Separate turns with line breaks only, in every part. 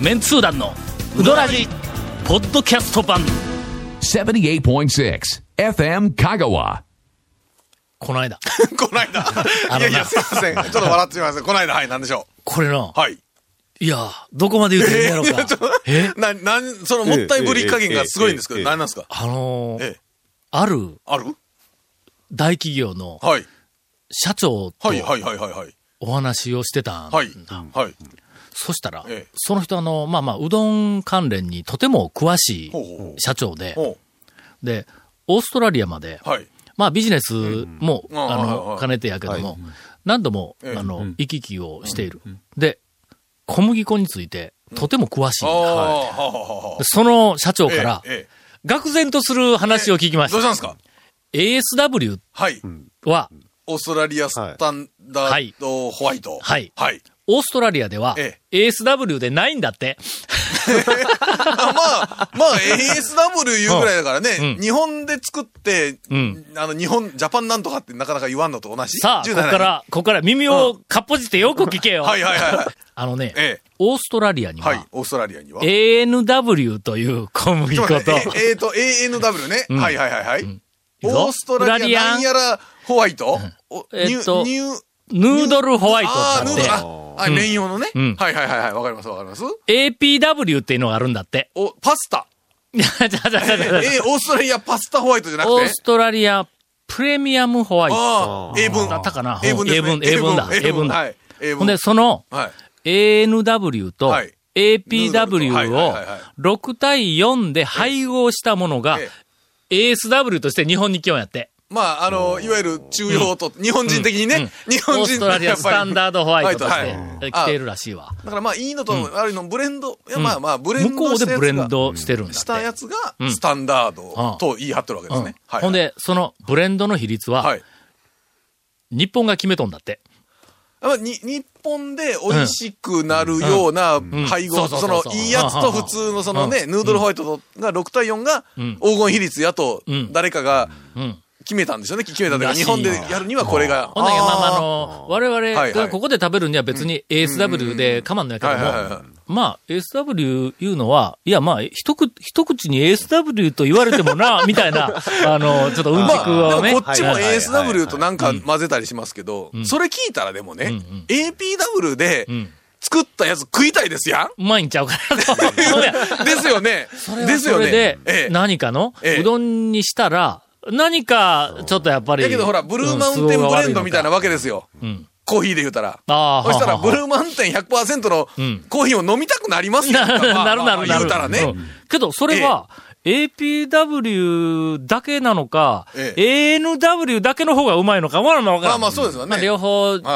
メンツー団のウドラジポッドキャスト版
78.6 FM Kagawa.
この間
こないだ。いやいや、すいません。ちょっと笑ってしまいました。こないだ、はい、なんでしょ
これな
う。はい。
いやどこまで言ってんね やろうか、え
な、なん、そのもったいぶり加減がすごいんですけど、何なんですか
あのー
ええ
ある
ある
大企業の
はい。
社長と
はい、はい、はい、はい、はい。
お話をしてたんだ
はい。はい。
そしたら、
ええ
その人あの、まあまあ、うどん関連にとても詳しい
ほうほうほう
社長で、
ほ
で、オーストラリアまで、
う。はい。
まあビジネスも、
ん
あ
ああ
の、
あ
兼ねてやけども、何度も、
ええ
あの、行き来をしている。で、小麦粉について、とても詳しい
あ
ん
あ、
だ。
は
はい
あはあはあ
で。その社長
ええ
から、
え
愕然とする話を聞きま
えどう
し。
したたんですか
ASW
はい。
は、
オーストラリアスタンダードホワイト。
はい
はい。
オーストラリアでは、
え
ASW でないんだって。
あまあ、まあ、ASW 言うぐらいだからね、
うん
日本で作って、
ん
あの、日本、ジャパンなんとかってなかなか言わんのと同じ。
さあ、こ
17
こから、ここから耳をかっぽじってよく聞けよ。
はいはいはいはい。
あのね、
ええ
オーストラリアには、
はい、オーストラリアには。
ANW という小麦
ちょっ
粉
と
と
待っ、てええーと、ANW ね。
ん
はいはいはいはい。
いいぞ
オーストラ
ブラ
リ
リア
ア
ン
なんやらホワイト、お
えーと
ニュー、
ヌードルホワイト
あ
だ
あ、ヌ
っ
ー
て
ドル、、あ、あ麺用のね。
うん
はいはいはいはい。わかりますわかります。
APW っていうのがあるんだって。
お、パ スタ。
いやじゃあじゃあじゃあじゃあ
えー、オーストラリアパスタホワイトじゃなく
オー
て
ス。トラリアプレミアムホワイト。
ああ、英文。
だったかな
英文ですね。
うん英文英文だ英文だ
はい。英
ほんで、
文。
その
はい。
ANW と
はい
APW を
はいはいはい
6対4で配合したものが
え
ASW として日本に来ようやって。
まあ、あの、いわゆる中央と、日本人的にね、
うん
日本人
オーストラリアスタンダードホワイトとし
はい
て来ているらしいわ。
だからまあ、いいのと悪いの、ブレンド、いやまあまあ、ブレンド
向こう
した
で
やつが
ブレンドしてるんだって。
したやつが
うん
スタンダー
あ
ド
あ
と言い張ってるわけで
う
す
ん
ね。はい
ほん、で、そのブレンドの比率は
はい。
日本が決めとんだって。
やっぱに日本で美味しくなるような配
うんう
合、
んそう
そ
そう
の
そう
いいやつと普通のそのね、ヌードルホワイトが6対4が
ん
黄金比率やと
ん
誰かが
うん。
決めたんでしょうね。決めたという
ら
か、
しい
日
よ
本でやるにはこれが。
ほんだけど、まあまあ、あ
あ
の、我々
はいは
が
い
ここで食べるには別に ASW で我慢のやけど
はいはいはいは
も、まあ、ASW いうのは、いやまあ、一口、一口に ASW と言われてもな、 みたいな、あの、ちょっとうん
ー、
ち
ま
くを
あ、
ね。
でもこっちも
はいはい
ASW となんか混ぜたりしますけど、それ聞いたらでもね、APW で
ん
作ったやつ食いたいですやん
うまいんちゃうかなと。そうや
ですよね。 ですよ
それ
ね。
で
ええ、
何かの、
ええ
うどんにしたら、何か、ちょっとやっぱり。
だけどほら、ブルーマウンテンブレンドみたいな
わ
わけですよ。
け。うん。
コーヒーで言うたら。
ああ、
そしたら、
はは
ブ
は
ルーマウンテン100%の
ん
コーヒーを飲みたくなりますよ。
な
まあ
なる
ま
な
あ
る
まあ
なる。
言うたら
う
ね。
んけど、それは、APW だけなのか、
え
ANW だけの方がうまいのか、わからんのわからん
まあまあそうですよね
まあ両方、う
あ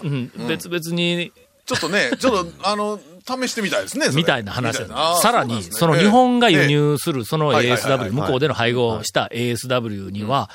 あああ、
ん、別々に、
ちょっとね、ちょっと、あの、試してみたいですね。それ
みたいな話だ
みたいなああ
さら
うなん
に、
ですね
その
ええ
日本が輸
え
入する、その
はいはいはいはい
ASW、向こうでの配合をした ASW には、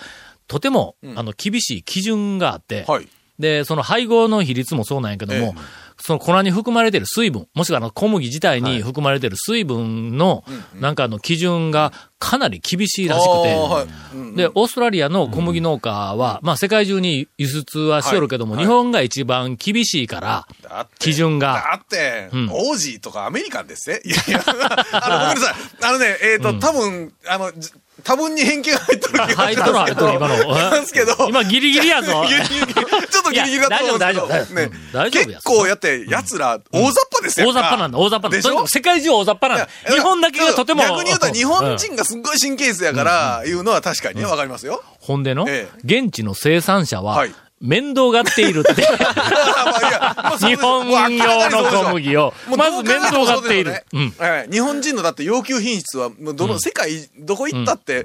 とても、あの、厳しい基準があって、
えはい。
で、その配合の比率もそうなんやけども、
ええ
その粉に含まれてる水分、もしくはあの小麦自体に含まれてる水分の、なんかあの基準がかなり厳しいらしくて、
ああはいうん
で、オーストラリアの小麦農家は、まあ世界中に輸出はしよるけども、
はい
日本が一番厳しいから、
だって
基準が。
だって、
ん
オージーとかアメリカンですね。いやいや、あの、ごめんなさい。 あのね、えっ、と、多分、あの、じ多分に偏見が入っとる気がします
入
け
っ
ど。
とる入っとる今の
なんですけど。
今ギリギリや ぞ。
ギリギリちょっとギリギリだと思
いや大丈
うんですけど。
夫大丈夫
ね
大丈夫や
結構やって、奴ら、大雑把ですよ。
大雑把なんだ、大雑把なんだ。
でし
とにか
ょ
く世界中大雑把なんだ。日本だけがとても。
逆に言うと、日本
うん
人がすっごい神経質やから、いうのは確かにね、わかりますよ。
ほんでの
ええ、
現地の生産者は
はい、
面倒がっている って。
まあいやまあそう
日
です
本用の小麦を、
もう
まず面倒がってい
どう考
る
え。
う
も
ん
そうですよね。はい日本人のだって要求品質は、もうどの、世界、どこ行ったって、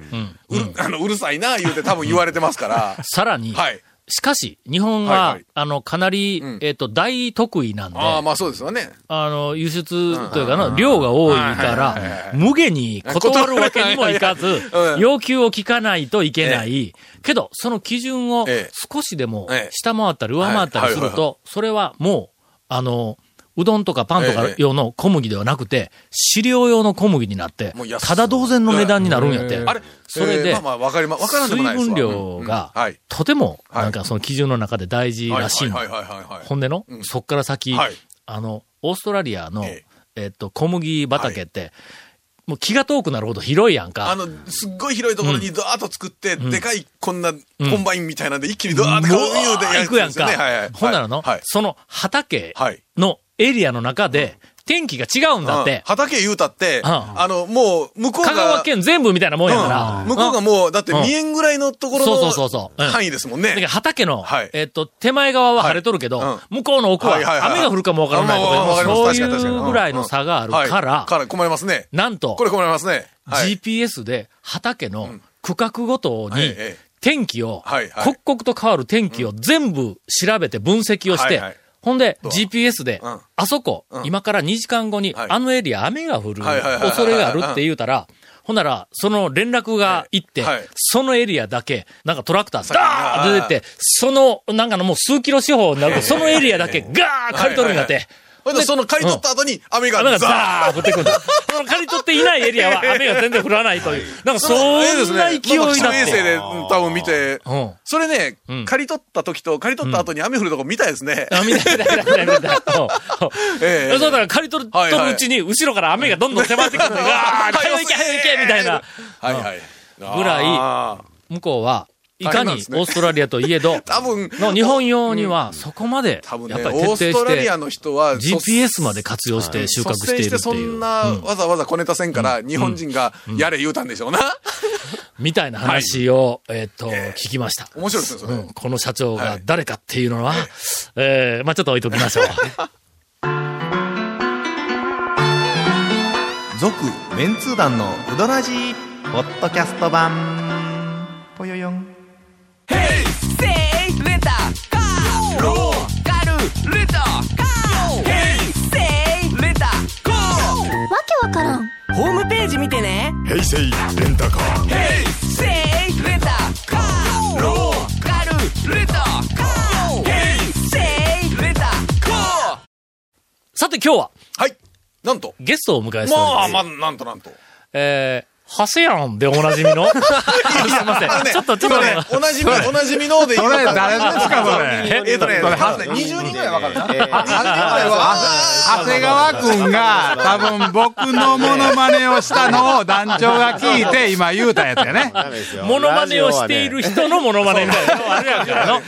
うる、あの、うるさいな、言うて多分言われてま すから。
さらに、
はい。
しかし、日本は、
はいはい
あの、かなり、
ん
えっ、と、大得意なんで、
ああ、
あ、
まあそうですよね。
の、輸出というかの、量が多いから、無下に断るわけにもいかず
う、ん
要求を聞かないといけない。けど、その基準を
ええ
少しでも
ええ
下回ったり上回ったりする
はいはい
と、それはもう、あの、うどんとかパンとか
ええ
用の小麦ではなくて、飼料用の小麦になって
もう、安い
ただ同然の値段になるんやって。
あれ
それで
えーまあまあ、わかりま、わからん
水
でもないです
分量
わ
が
うんうんはい。、
とても、
はい
なんかその基準の中で大事らしいの
はいはいはいはいはい。
ほんでの、
うん
そっから先、
はい
あの、オーストラリアの、え
ええ
えっと、小麦畑って、もう気が遠くなるほど広いやんか。
あの、すっごい広いところにドアーッと作って、でかいこんなコンバインみたいなんで、一気にドアーッとこういうのでや
行くやん
ですよ
か。
ねはいはいはい
ほんならの、
はい。
その畑
はい
のエリアの中で、天気が違うんだっ
うん
て、
畑言うたって、
うん
あの、もう、向こうが。
香川県全部みたいなもんやから。
うん向こうがもう、だって
うん
見えんぐらいのところ
そうそうそうそうう
の
ん
範囲ですもん
だから
ね。
畑の、
はい
えっと、手前側は晴れとるけど、
はいうん
向こうの奥は
はいはいはい
雨が降るかもわからないと
あまあわ
か
かり
ね、
ます
そう
確かに確かに
いうぐらいの差がある
はい
から、
から困りますね。
なんと
こ、れ困りますね。はい。
GPS で畑の区画ごと
え
に
えええ、
天気を、
はいはい
刻々と変わる天気を全部調べて分析をし
はい
て
はい、
ほんで、
う
GPS で、
うん
あそこ、
うん
今から2時間後に、
はい
あのエリア雨が降る
はいはいはいはい
恐れがあるって言うたら、ほんなら、その連絡が行って
はいはい、
そのエリアだけ、なんかトラクター
先に
ダーッと出てって、その、なんかのもう数キロ四方になると、そのエリアだけガーッ刈り取るんだっ
は
て。
ほいで、その刈り取った後に雨が
雨が
ザーッ
ザーッ降ってくるんだ。 その刈り取っていないエリア は雨が全然降らないという。なんかそんな勢い
なんか
に
気
なっ
象衛星
て。
でうん多分見て
うん、
それね
うん、
刈り取った時と刈り取った後に雨降るとこ見たいですね。
あ、見たい見たい見たい見たい。
え
うん
え
そうだから刈り取る
はいはい
取るうちに、後ろから雨がどんどん迫ってくるんで、うわー、早行け早行けみたいな。
はいはい。
ぐらい
あー
向こうは、いか
大変
にオ
なんですね
ーストラリアといえど、
多分、
の日本用にはそこまで、
多分ね、
やっぱ
オ
り徹底
ースト
し
ラリ
て
ア、の人は、
GPS まで活用して収穫
率
して
先
いるって
そ
い
ん
う、
な
うん
わざわざ小ネタせんから、日本人がやれ言うたんでしょうな。
みたいな話を、えっと、聞きました。
面白いですね、それ。
うんこの社長が誰かっていうのは、えーまあちょっと置いときましょう。
続メンツー団のウドラジーポッドキャスト版ぽよよん
ヘイレンタカーローガルレンタカーヘイセイレンタカー
わけわからん
ホームページ見てねヘイセイレンタカーヘイセイレンタカーローガルレンタカーヘイセイレンタカー
さて今日は
はい。なんと。
ゲストをお迎えしており
ま
ま
あ、
す。
まあ、なんとなんと。
えー、ハセヤンでおなじみのすいません。ちょっと、ちょっとね。
おなじみ、おなじみので言う
それ
たら。
誰ですかそれ
えっとね、
それ
多分ね20人ぐらいわかるな。
長谷川くんが多分僕のモノマネをしたのを団長が聞いて今言うたやつやね。
モノマネをしている人のモノマネみたいなのあるやんからの。
あの、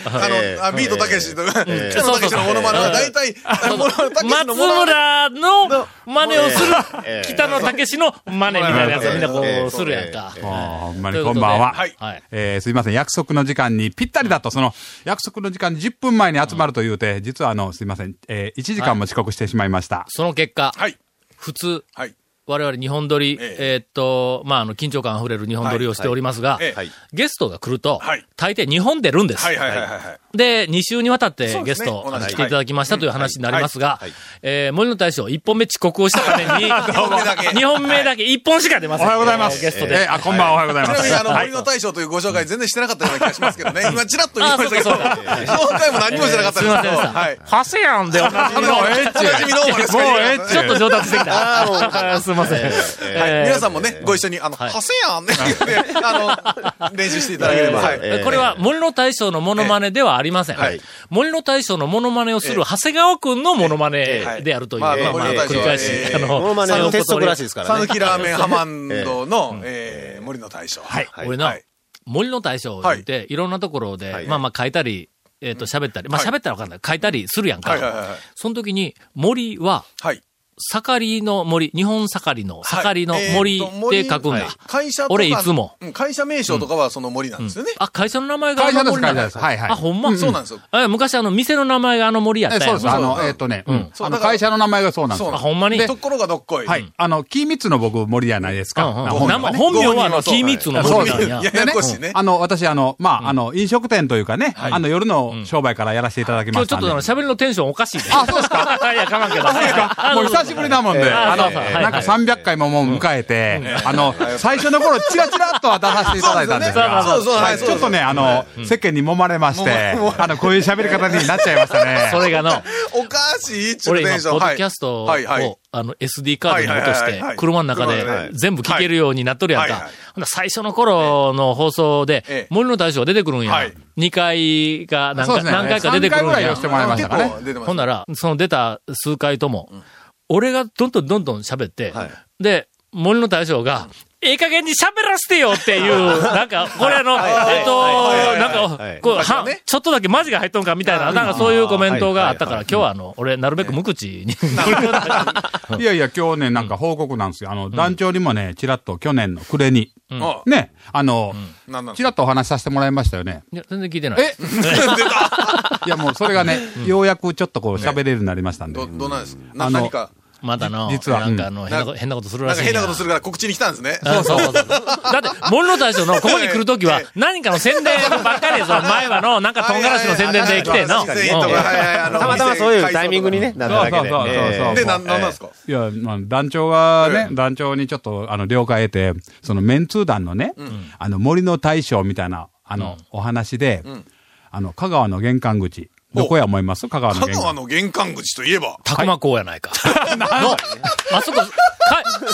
あビートたけしとか、 北野たけしのモノマネは大体、あのモノたけし
松
のモノマネ。
村の真似をする、北野武の真似みたいなやつをみんなこうするやんか。
あほんま
とい
に
うこ
こと
で
んばんは。
はい。はい
えーすいません、約束の時間にぴったりだと、その、約束の時間に10分前に集まると言うて、実はあの、すいません、えー1時間も遅刻してしまいました。
その結果、
はい。
普通、
はい。
我々日本撮り、
え
えーっと、まあ、あの、緊張感あふれる日本撮りをしておりますが、
はいはいえ
ゲストが来ると、
はい
大抵日本出るんです。
はいはいはいはいはい。
で、2週にわたっ
そ
て
う
ゲ
で
ス
すね
ト、
同じ
来ていただきましたという話になりますが、えー森の大将、1本目遅刻をしたため に、
本目だけ
2本目だけ1本しか出ませ
お
ん。
はようございます。
えーゲストで。
えーあ、こんばんはおはようござい
ち
ま
なみ
す
に、。あの、森の大将というご紹介全然してなかったような気がします けどね。今、ちらっと言いましたけど、
あそうか
紹介も何もしてなかった
すい
です
ませ
け
んで
ど、
した。
はい。
ハセヤンでおなじみの
もうええっちゅうおなじみの方ですか
もう
ら
ええっちゅうちょっと上達してき た。すいません。えー
皆さんもね、ご一緒に、あの、
い
ハセやんね、あの、練習していただければ。はい
これは森の大将のモノマネではありません。森の大将のモノマネをする長谷川くんのモノマネであるという、
ええ
まあまあ、
森の大
繰
将
り返し
え、え
あの、
モノマネの鉄則らしいですから
さ
ね
ぬ。きラーメンハマンドの、えー森の大将。はい。
俺な、
はい
森の大将を言って、いろんなところで、まあまあ書いたり、えっ、と、喋ったり、まあ
はい
喋ったらわかんない。書いたりするやんか。
はいはいはいはい
その時に、森は、
はい。
盛りの森、日本盛りの、盛りの森
えーと
で書くんだ。
はい会社とか
俺いつも。
うん会社名称とかはその森なんですよね。
あ、会社の名前があ
会
の
社です、
森な
会
ん
社
だ
です。はいはい。
あ、ほんま、
そうなんですよ。
あ昔あの、店の名前があの森やっ
え
た
そう
やん
です。あの、えっ、とね、うんあの会社の名前がそうなんです
そう
よ。
あ、ほんまに。
ところがどっこい。
は
うん
い。あの、キーミッツの僕、森じゃないですか。
うんうん
あ本名はね
本名はあの、
ご本人はそう
キーミッツの
そう
森
で
なん
す
や。
ややこしいね。
あの、私、あの、まあ、あの、飲食店というかね、あの、夜の商売からやらせていただき
今
ま
日
し
ちょ
た
っ
ん
と
で。
あの、喋りのテンションおかしいで。あ、そうですか いや、かまんけど。あ
もう久しぶりだもん
え
で、
ー
あ
そ
の、
うそうはい
なんか300回ももう迎えて、あの、最初の頃、チラチラっとは出させていただいたんですが、
そうそう、は、
はいい
そう
ちょっとね、あの、世間に揉まれまして、あの、こういう喋り方になっちゃいましたね。
それがの、
おかしい、ちょっ
俺
と
今、
テンショ
ポ
ン。
ッドキャストを、
はいはいはい。
あの、SD カードに落とし
はいは
て
いはいは、い
車の中
車の
で
中で
全部聞けるようになっとるやんか。
はいはい
ほんなら最初の頃の放送
え
で
え、
森の大将が出てくるんや。
はい
2回か何
そう
か、
ですね
何回か出てくるん
三回ぐらい
や
寄せ。てもらいましたかね
結構出てます。
ほんなら、その出た数回とも、俺がどんどんどんどん喋って、
はい
で、森の大将が、ええ加減に喋らせてよっていう、 なんか、これあの、
はい
えっと
はいはいは、い
なん
は
か
い、
こう、
昔
は
はね、
ちょっとだけマジが入っとんかみたいな、なんかそういうコメントがあったから、
はい
今日はあの、俺、なるべく無口 に。
いやいや、今日ね、なんか報告なんですよ。あの、団長にもね、ちらっと去年の暮れに、
あ
ね、あの、
なんなん
ちらっとお話しさせてもらいましたよね。
いや全然聞いてない。
えいや、もうそれがね、ようやくちょっとこう喋れるようになりましたんで
ど、。どうなんです
あ
な
の
何か、
まだの、
実は
なんかあの、変な
な
こ
んか
変なことする
な
ら
ん
し
か
い
変なことす
る。
るから告知に来たんですね。
そうそう そうそう。だって、森の大将のここに来るときは
ええ、
何かの宣伝ばっかりですよ。前はの、なんかトンガラシの宣伝で来ての。
はいはいはいはい
うん
はいはい
たまたまそういうタイミングにね、なっただけで。
そうそうそうそう
ええ
そう
で、なんなんなんですか
いや、まあ、団長がね、
ええ
団長にちょっと、あの、了解得て、その、メンツー団のね、あの、森の大将みたいな、あの、お話で、あの、香川の玄関口、どこや思います香川の
香
玄
川
関口。
の玄関口といえば、
たくま港やないか。のあそこ、か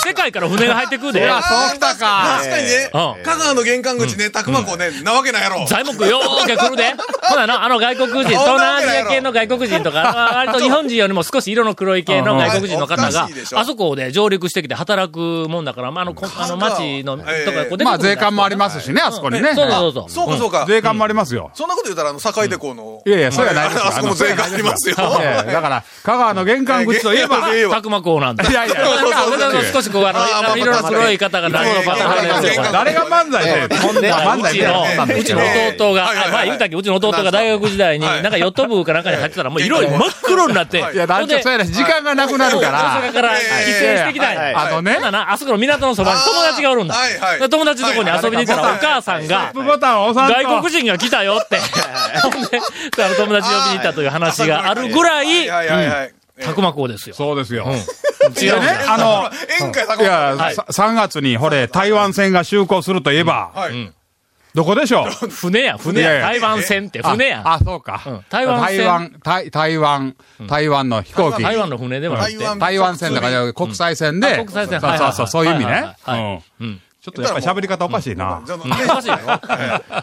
世界から船が入ってくるで。
そうきたか
確かにね、
うん
香川の玄関口ね、たくまこね、なわけないやろ。
材木よーけ来るで。ほなな、あの外国人、東南アジア系の外国人とか、あの割と日本人よりも少し色の黒い系の外国人の方
お
が
かしいでし、ょ
あそこで上陸してきて働くもんだから、まあ、あの、こあの町の、とか、こう出てくるんだ
まあ、税関もありますしね、あそこにね。
そうそうそう。
そうかそうか。
税関もありますよ。
そんなこと言ったら、あの、堺でこうの。
いやいや、そうやないですよ
ああそこも税関ありますよ。
いや いやだから、香川の玄関口といえば、
ええわ
たくま港なんだ。
いやいや
なんか俺らの少しこう、あの、
あー
あの色の黒い方が何のパターンなんですよ。
誰が漫才で、こんな漫
う
才
ち
で
の
やったん、
う
で
ち
す
の
よ。
弟が、
はいはいはい
あまあ言うたっけ、うちの弟が大学時代に、
はい
なんかヨット部かなんかに入ってたら、もう色
はい
真っ黒になって、
はい
いや、団長、そうやらし、時間がなくなるか
大阪
ら、
から帰省してきたん
はい
や。
あのね
ほん、ならな、あそこの港のそばに友達がおるんだ。
あーはいはい
で友達のとこに遊びに行ったら、
はい
お母さんが、
ボタンを押さんと。
外国人が来たよって、ほんで、あの友達呼びに行ったという話があるぐら、
はいはいいはいはい。
たくま港ですよ。
そうですよ。
違うんだ
ねあの、
宴会
い
堺。
や、
はい
さ3月に、ほれ、台湾戦が就航するといえば、
はい。
どこでしょう
船や、船
いやい
や、
や
台湾船って船や。
あ、あそう
うん
か。
台湾戦
台湾、台台湾、台湾の飛行機。
台湾の船でもなくて。
台湾戦だか
普通に
ら国際線で。
あ国際線
そうそうそう、そういう意味
はいはい
ね。
はいはい
うんちょっとやっぱり喋り方おかしいな。
じゃあ
うんおかしいよ。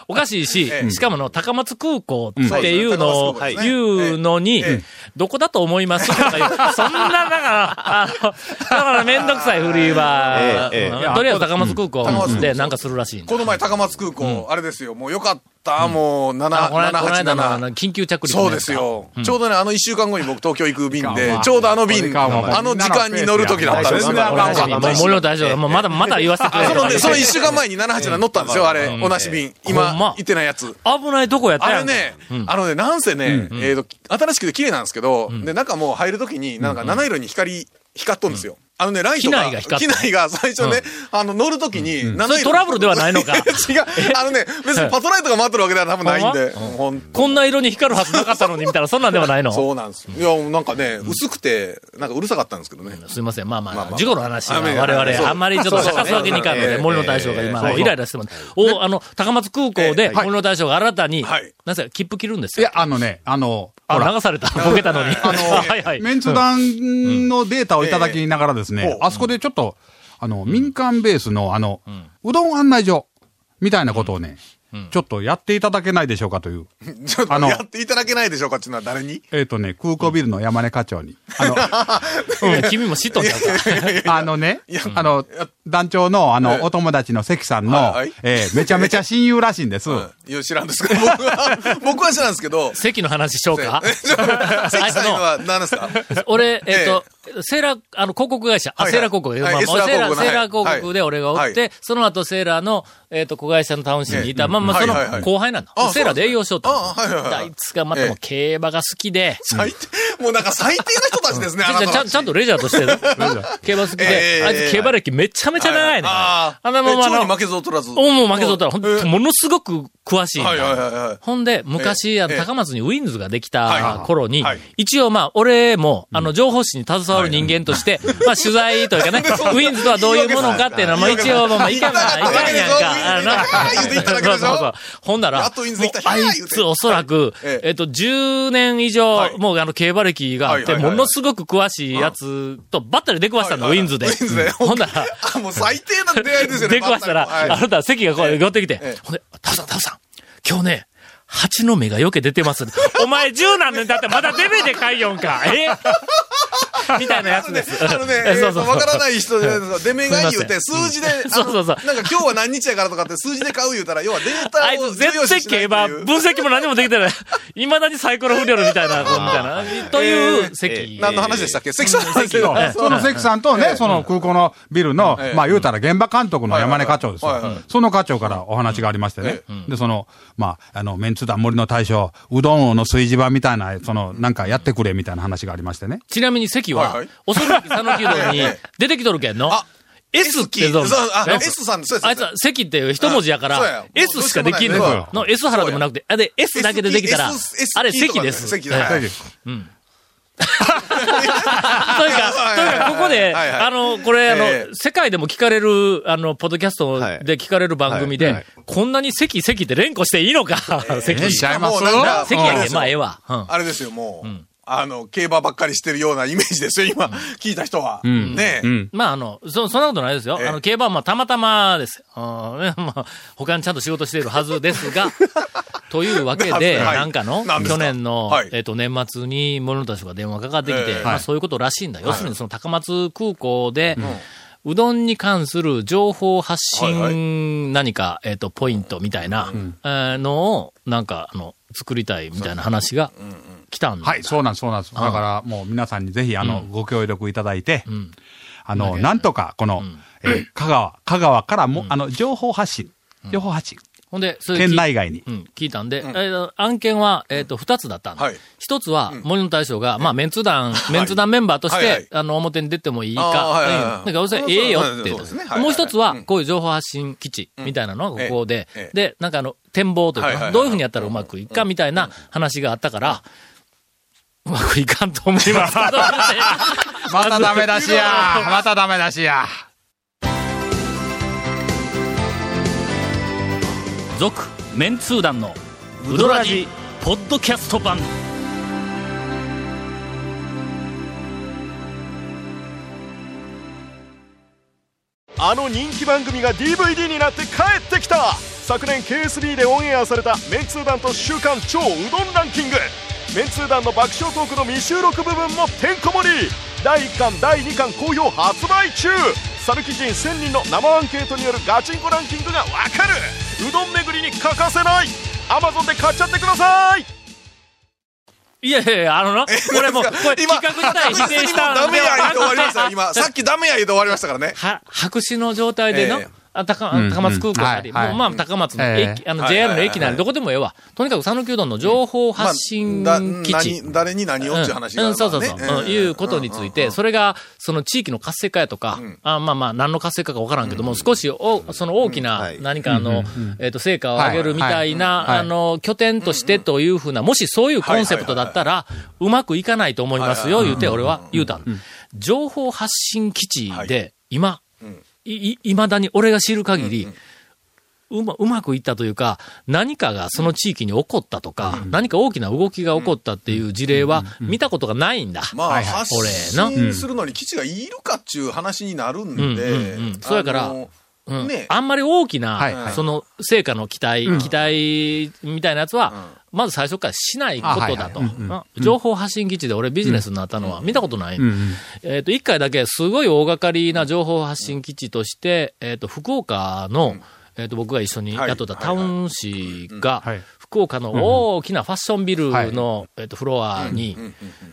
おかしいし、しかもあの、高松空港っていうのを
うんそうですね
言うのに
ええ、
どこだと思いますとかいう、そんな、だから、あの、だからめんどくさいフリーは、
えええ
うんとりあえず高松空
高
港
松
でなんかするらしいんだ
この前、高松空港、あれですよ。もうよかった、もう、7、
あこの間この間のあ
787
の。緊急着陸の
そう
や
で
つ
す
か。
よ、ちょうどね、あの1週間後に僕、東京行く便
い
で
かん、わ
ちょうどあの便
い、かんわ
あの時間に乗る時だったんですよ。
全然あ
お
か
な
んわ
じみもう森の大将が、もうまだまだ言わせてくれ
そのね、その1
る。
週間前に787乗ったんですよ、あれ、同じ便。今、
ほんま
行ってないやつ。
危ないとこやった
あ
や
れ
んか。
ね、あのね、なんせね、えっと、新しくて綺麗なんですけど、で、中もう入るときに、なんか七色に光、光っとんですよ。あのね、ライトが、
機内が光っ
機
とん
内が最初ね、あの、乗るときに、七
それトラブルではないの か
違う。あのね、別にパトライトが回ってるわけでは多分ないんで、ほん
こんな色に光るはずなかったのに、みたいな、そんなんではないの
そうなんですよ。いや、なんかね、薄くて、なんかうるさかったんですけどね。
すいません。まあまあ、
まあまあ
事故の話は
あまあ
我
そ
々、
う
あんまりちょっと
そうそう
探すわけにいかんの
え
で、
え
森の大将が
ええ
今、
そう
もうイライラしてます。お、あの、高松空港
え
で
え、
森の大将が新たに、
はい
なぜ切符切るんです
い
よ
や。、あのね、あの、ほ
あ、
ら、
流された。ボケたのに。
あの
はいはい。
メンツ団のデータをいただきながらです
うんえ
ね
え、
あそこでちょっと、あの、民間ベースの、あの、うどん案内所、みたいなことをね、ちょっとやっていただけないでしょうかという。
ちょっと
あの
やっていただけないでしょうかっていうのは誰に
えっとね、空港ビルの山根課長に。あ の、
うん君も知っとんちゃうか。
あのね、あの、団長の、
ええ
あの、お友達の関さんの
はいはい、
えーめちゃめちゃ親友らしい んです。
いや、知らんですけど、僕は、僕は知らんですけど、
席の話しようか。
関さん
あ
は何ですか
の俺、えっと、セーラ、あの、広告会社、あ、
はいはい
セーラ広告、
はい
まあまあ
エスラー
セーラ、
広告の
セーラ
はい
広告で俺がおっ
は
て、その後セーラの、えっと、子会社のタウン市にいた、
ええ
まあまあ、
は
そ
い
の
はいはい
後輩なんだ
あそう。
セーラで営業しようと。
あはいはいはい
あいつがまたもう競馬が好きで、
最低、もうなんか最低な人たちですね、あな
じ
た
ゃ
た
あちゃんちゃんとレジャーとして、競馬好き
え
で、
え
あいつ競馬歴めちゃめちゃ長いね。
ああ
あのまま
え蝶に
の
負、けず劣らず。
おもう負けとったら、ほん
ええ
ものすごく詳しいんだ。
はいはいはいはい。
ほんで、昔、あの、
ええ
高松にウィンズができた
は
頃に
はい、
一応まあ、俺も、あの、情報誌に携わる人間として、まあ、取材というか ね、ウィンズとはどういうものかっていうのは、まあ、一応、まあまあ、いかんが、いかんやんか。あの
言っていただけで し
そ
ょ
うそうそうほんな
や
ら
っとウィンズできた、
あいつおそらく
え、え
えっと、10年以上
は、い
もうあの、競馬歴があって、
はいはいは
も
い
のすごく詳しいやつと、ばったり出くわしたの、ウ
はい
ィ
はい
ンズで。
ウィンズで
ほんな ら、
あ、もう最低な出会いですよね。
出くわしたら、
はい
あなた席がこう、寄ってきて、
ええ。
ほんで、タフさん、タフさん、今日ね、蜂の目がよけ出てます。お前十何年経ってまだ出目でかいよんか。えみたいなやつです
あのね、え
え
ー
そう
と
そう。
わからない人じゃないです か。出目がいい言うて、
すい
数 字で、あの
そうそうそう
なんか今日は何日やからとかって数字で買う言うたら、要はデー タ
あい
を
つ
重
絶
要
対
視しない
競
って
馬、
いう。
分析も何もできてない。いまだにサイコロ振りよるみたいな、みたいな。という席。
何の話でしたっけ関さんなんですけど。
そうその関さんとね、その空港のビルの
ええ、
まあ言うたら現場監督の山根課長ですよ
はいはいはい。
その課長からお話がありましてね
え。
で、その、まあ、あの、メンツ団森の大将、うどん王の炊事場みたいな、その、なんかやってくれみたいな話がありましてね。
ちなみに席
はいは、
はい恐るべき讃岐うどんに
ええ
出てきとるけんの
あ。
S ってど
そうあ
ね
S さんそうです
あいつは席って一文字やか
あそうや
ら、S しかできんの
どうしようも
ない
よ。の S 原でもなくて、あれ S だけでできたら
S S、
あれ
S
席です。
席
ええ
だ。はい
という か、というか、ここで、
はいはい
あの、これ、あの、
ええ
世界でも聞かれる、あの、ポッドキャスト
はい
で聞かれる番組で、
はいはい
こんなに席席って連呼していいのか、席。
ええしちゃいます
もうなんか
席
あれ
や
で
けん、
す
ま
よ
あ、ええわ。うん
あれですよ、もう。あの、競馬ばっかりしてるようなイメージですよ、今、聞いた人は。ねえ。
まあ、あの、そ、そんなことないですよ。
ええ
あの、競馬は、まあ、たまたまです。うん ねまあ、他にちゃんと仕事しているはずです が、というわけで、
はい
なんかの、
なんです
去
か
年の、
はい
えっ、と、年末に、森のたちが電話かかってきて、
ええ
ま
は
あ、
い
そういうことらしいんだ。要するに、その高松空港で、うどんに関する情報発
はい
信、何か、えっ、と、ポイントみたいな、えーのを、なんか、あの、作りたいみたいな話が来たんだ。
はい、そうなんです、そうなんです。だから、もう皆さんにぜひ、あの、ご協力いただいて、あの、なんとか、この、えー香川、香川からも、あの、情報発信、情報発信、
ほんで、それ聞い
県内外に。
うん、聞いたんで、えー案件は、えっ、と、二つだったんで
はい
一つは、森の大将が、まあ、メンツ団、メンツ団メンバーとして、
はいはい
あの、表に出てもいい
あーはい
か
はいは、い
うん。だから、それ、ええよって言
そうう
と
ですねはいはい
もう一つ
う
は
ん、
こういう情報発信基地みたいなのがここで、
うんええ
で、なんかあの、展望というか、
はいはいはい
どういうふうにやったらうまくいくかみたいな話があったから、うまくいかんと思い ますけど、
またダメ出しや またダメ出しや
続、メンツー団の、ウドラジ、ポッドキャスト版。
あの人気番組が DVD になって帰ってきた昨年 KSB でオンエアされた「メンツー団と週刊超うどんランキング」メンツー団の爆笑トークの未収録部分もてんこ盛り第1巻第2巻好評発売中サルキ人1000人の生アンケートによるガチンコランキングがわかるうどん巡りに欠かせない Amazon で買っちゃってください
いやいやいや、あのな、これもう、これ企
今、
画自体否
確
定
実
し
にも
た
うダメや言うて終わりましたよ、
さ
今。さっきダメや言うて終わりましたからね。
は、白紙の状態での、
ええ
あ高高松空港なり、
うんうんはい
もうまあ高松の駅、
え
あの
はい
JR の駅な
はいはいは
り、
い
どこでもええわ。とにかく讃岐うどんの情報
まあ
発信
だ
基地。
何誰に何をっていう話が
う
あ
ん
る
うんそうそうそう、
からね
うん
ええ
いうことについて、それが、その地域の活性化やとか、あまあまあ、何の活性化かわからんけども、少しお、その大きな
はい
何かあの、えっと、成果を上げるみたいな、
はいはい
あの、拠点としてというふうな、もしそういうコンセプトだったら、うまくいかないと思いますよ、言うて、俺は言うたん。情報発信基地で、今、い、い、いまだに俺が知る限り、うま、うまくいったというか、何かがその地域に起こったとか、何か大きな動きが起こったっていう事例は見たことがないんだ。
まあ、発
これな
信するのに基地がいるかっちゅう話になるんで
うんうんうん。そうやから
あの
うん
ね
あんまり大きな、
はいはい
その成果の期待、期待みたいなやつは、まず最初からしないことだと。
あはいはいうん
まあ情報発信基地で俺ビジネスになったのは見たことない。
うんうん
えっ、と、一回だけすごい大掛かりな情報発信基地として、えっ、と、福岡の、えっ、と、僕が一緒に
はい
雇ったタウン市が
はい、
福岡の大きなファッションビルの、えっ、と、フロアに、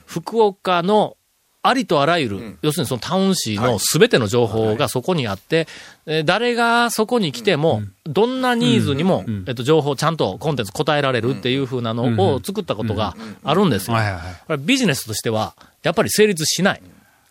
福岡のありとあらゆる、要するにそのタウン市のすべての情報がそこにあって、えー誰がそこに来ても、どんなニーズにも、えっと、情報ちゃんとコンテンツ答えられるっていう風なのを作ったことがあるんですよ
はいはいはい。
これビジネスとしては、やっぱり成立しない。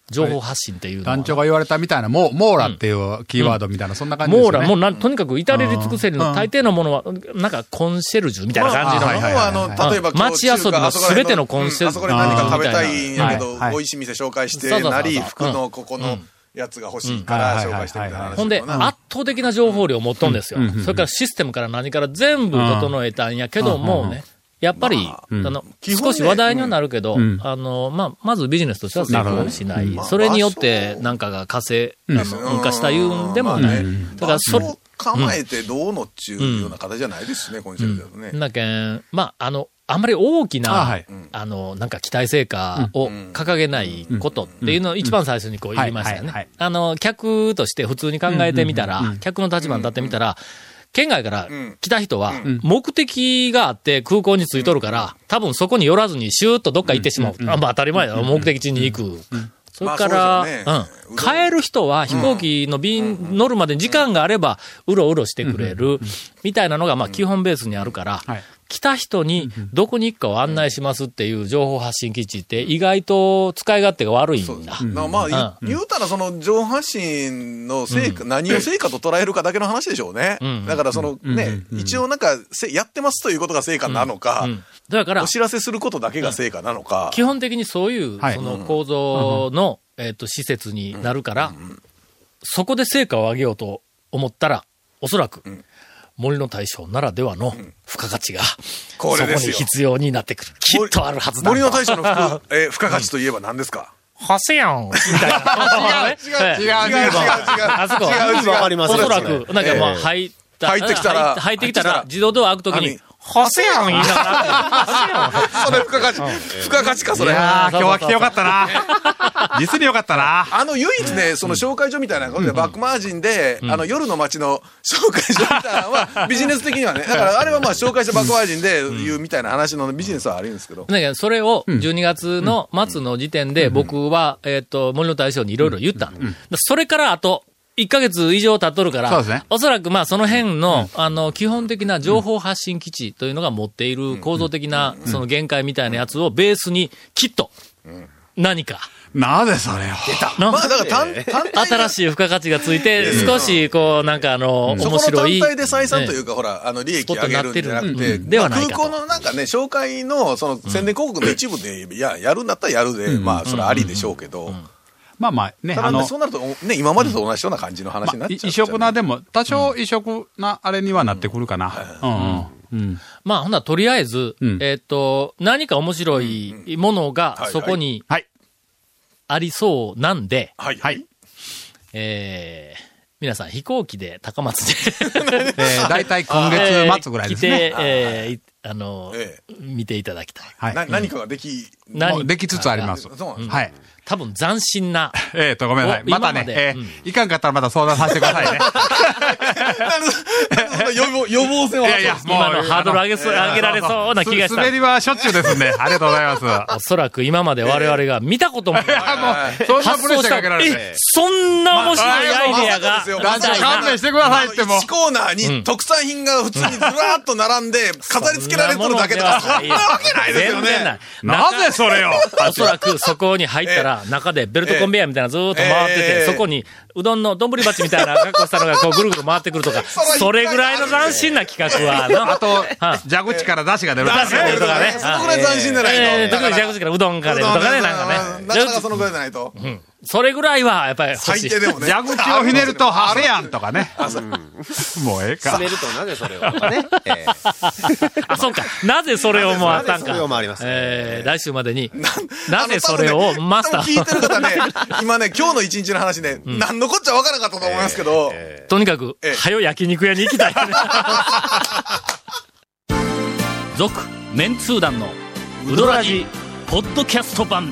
情報発信っていうのは。
団長が言われたみたいな、もう、網羅っていうキーワードみたいな、そんな感じです
もう
よね。
ら、もうなん、とにかく至れり尽くせりの大抵のものは、なんかコンシェルジュみたいな感じ
ま
の
あ
ね。
はい
あの、例えば、
うん街遊びの全てのコンセプト
うんあそこで何か食べたいんやけ
うん
ど、
はい
美味しい店紹介し
そう
て
そうそう
な
う
り、
ん
服のここのやつが欲しいから紹介してみたいな話
ほんで、
かな
圧倒的な情報量を持っとんですよ。それからシステムから何から全部整えたんやけどもね、やっぱり、あの、
基本
少
ね
し話題にはなるけど
ん、
あの、まあ、まずビジネスとしては成功しな
なるほどね
い
ん。
それによって
ま、あ
なんかが活性、あの、
うん
化したいうんでもない
まあね。
だから、そ
場
れ
所、構えてどうのっちゅうような形じゃないですしね、今週だとね。
だけん、まあ、あの、あんまり大きな、
あ
あ
はい
の、なんか期待成果を掲げないことっていうのを一番最初にこう言いましたよ
はいはいは
ね
い。
あの、客として普通に考えてみたら、客の立場に立ってみたら、県外から来た人は、目的があって空港に着いとるから、多分そこに寄らずにシューッとどっか行ってしまう。あまあ当たり前だよ、目的地に行く。それか
ま
ら、
あそうですよね
うん。帰る人は飛行機の便乗るまで時間があれば、うろうろしてくれる、みたいなのが、まあ基本ベースにあるから、
はい
来た人にどこに行くかを案内しますっていう情報発信基地って意外と使い勝手が悪いんだ。
なまあ、言うたら、その、上半身の成果、何を成果と捉えるかだけの話でしょうね。だから、その、ね、一応なんか、せやってますということが成果なのか
う、ん。だから
お、知らせすることだけが成果なのか。
基本的にそういう、
はい
その構造の、えっと、施設になるから、そこで成果を上げようと思ったら、おそらく、森の大将ならではの付加価値が、
これ
そこ
で
に
すよ
必要になってくる。きっとあるはずだ。
森の大将の服、 えー、付加価値といえば何ですか
はせやんみたい な。違う、違う、違う。
違う違う違う。
あそこ、
全部わかりま
お
す
そ
よ
らく、なんかまあ、入った。
入ってきたら
入ってきたら
入ってきたら、
自動ドア開くときに
何、
はせやん言いながら。
それ付加価値、付加価値か、それ。
あー今日は来てよかったな。実によかったな。
あの、唯一ね、その紹介所みたいなことで、バックマージンで、あの、夜の街の紹介所みたいなのは、ビジネス的にはね、だからあれはまあ、紹介所バックマージンで言うみたいな話のビジネスはあるんですけど。
なんかそれを12月の末の時点で僕は、えっと、森の大将にいろいろ言ったの。それからあと、1ヶ月以上経っとるから、
そうですね
おそらくまあその辺の、あの、基本的な情報発信基地というのが持っている構造的な、その限界みたいなやつをベースに、きっと、何か、
なぜそれを。
な
まあ、だから単、単体で
新しい付加価値がついて、少し、こう、なんかあの、
そこ
面
の
白い。
単体で採算という
ね
か、ほら、あの、利益上げるんじゃ
スポットにな
なく
って
て、
るうんでは
まあ
ないか
空
と
港のなんかね、紹介の、その、宣伝広告の一部で、いや、やるんだったらやるで、まあ、それはありでしょうけど、
まあまあね、
ただ
あ
ね
の
そ、うなると、ね、今までと同じような感じの話にな
ま
っ
あ
ちゃ
いう異色な、
で。
でも、多少異色なあれにはなってくるかな。うんうん。うん
まあ、ほんならとりあえず、
うん
えっと、何か面白いものが
はい
そこに
はい。
ありそうなんで、
はい。
はい。
えー皆さん飛行機で高松で
え ー、大体今月末ぐらいですね。
来て、えーいあの、
え
見ていただきたい。
はい。
な何かができ、
何
もうできつつあります。
そうなんですね
はい。
多分斬新な。
えーと、ごめんなさい。
お
また
今ま
ね、
で
えーいかんかったらまた相談させてくだ さいね。
予防、予防線はい
やいや、もう。
今のハードル上げそう
あの
上げられそうな気がした
す滑りはしょっちゅうですんで、ありがとうございます。
おそらく今まで我々が見たこともない。
そんなプ
発
レッ
想
シャーかけられ
え
て。
そんな面白いアイデアが。
ま
団
さかです
長
よ
勘弁してくださいってもう
1。コーナーに特産品が普通にずらーっと並んで、飾り付けられとるだけとか、そんなわけないですよね。
全然ない。
なぜそれを
おそらくそこに入ったら、中でベルトコンベヤーみたいなのずーっと回って
え
て、
え
そこにうどんの丼鉢みたいな格好したのがこうぐるぐる回ってくるとか、それぐらいの斬新な企画は、な
あと
はい、
蛇口から出汁が出る。
出汁が出るとかね。
そのぐらい斬新じゃないと
えー特に蛇口からうどんから出るとかね、なんかね。
なかなかそのぐらいじゃないと。
それぐらいは、やっぱり欲
最
しい。
低でもね。
蛇口をひねると、ハセやんとかね。もうええか
滑。るとなぜそれをとかね。えー
あ、そうか。なぜそれをもあったん
なぜそれをも
か。
ありますね。
えー来週までに、
あ
な
の
ぜそれをマスタ
多分ね
ー。
多分聞いてる方ね、今ね、今日の一日の話ね、何のこっちゃわからなかったと思いますけど、
とにかく
ええ、
はよ焼肉屋に行きた い。続、メンツー団の、ウドラジ、ポッドキャスト版。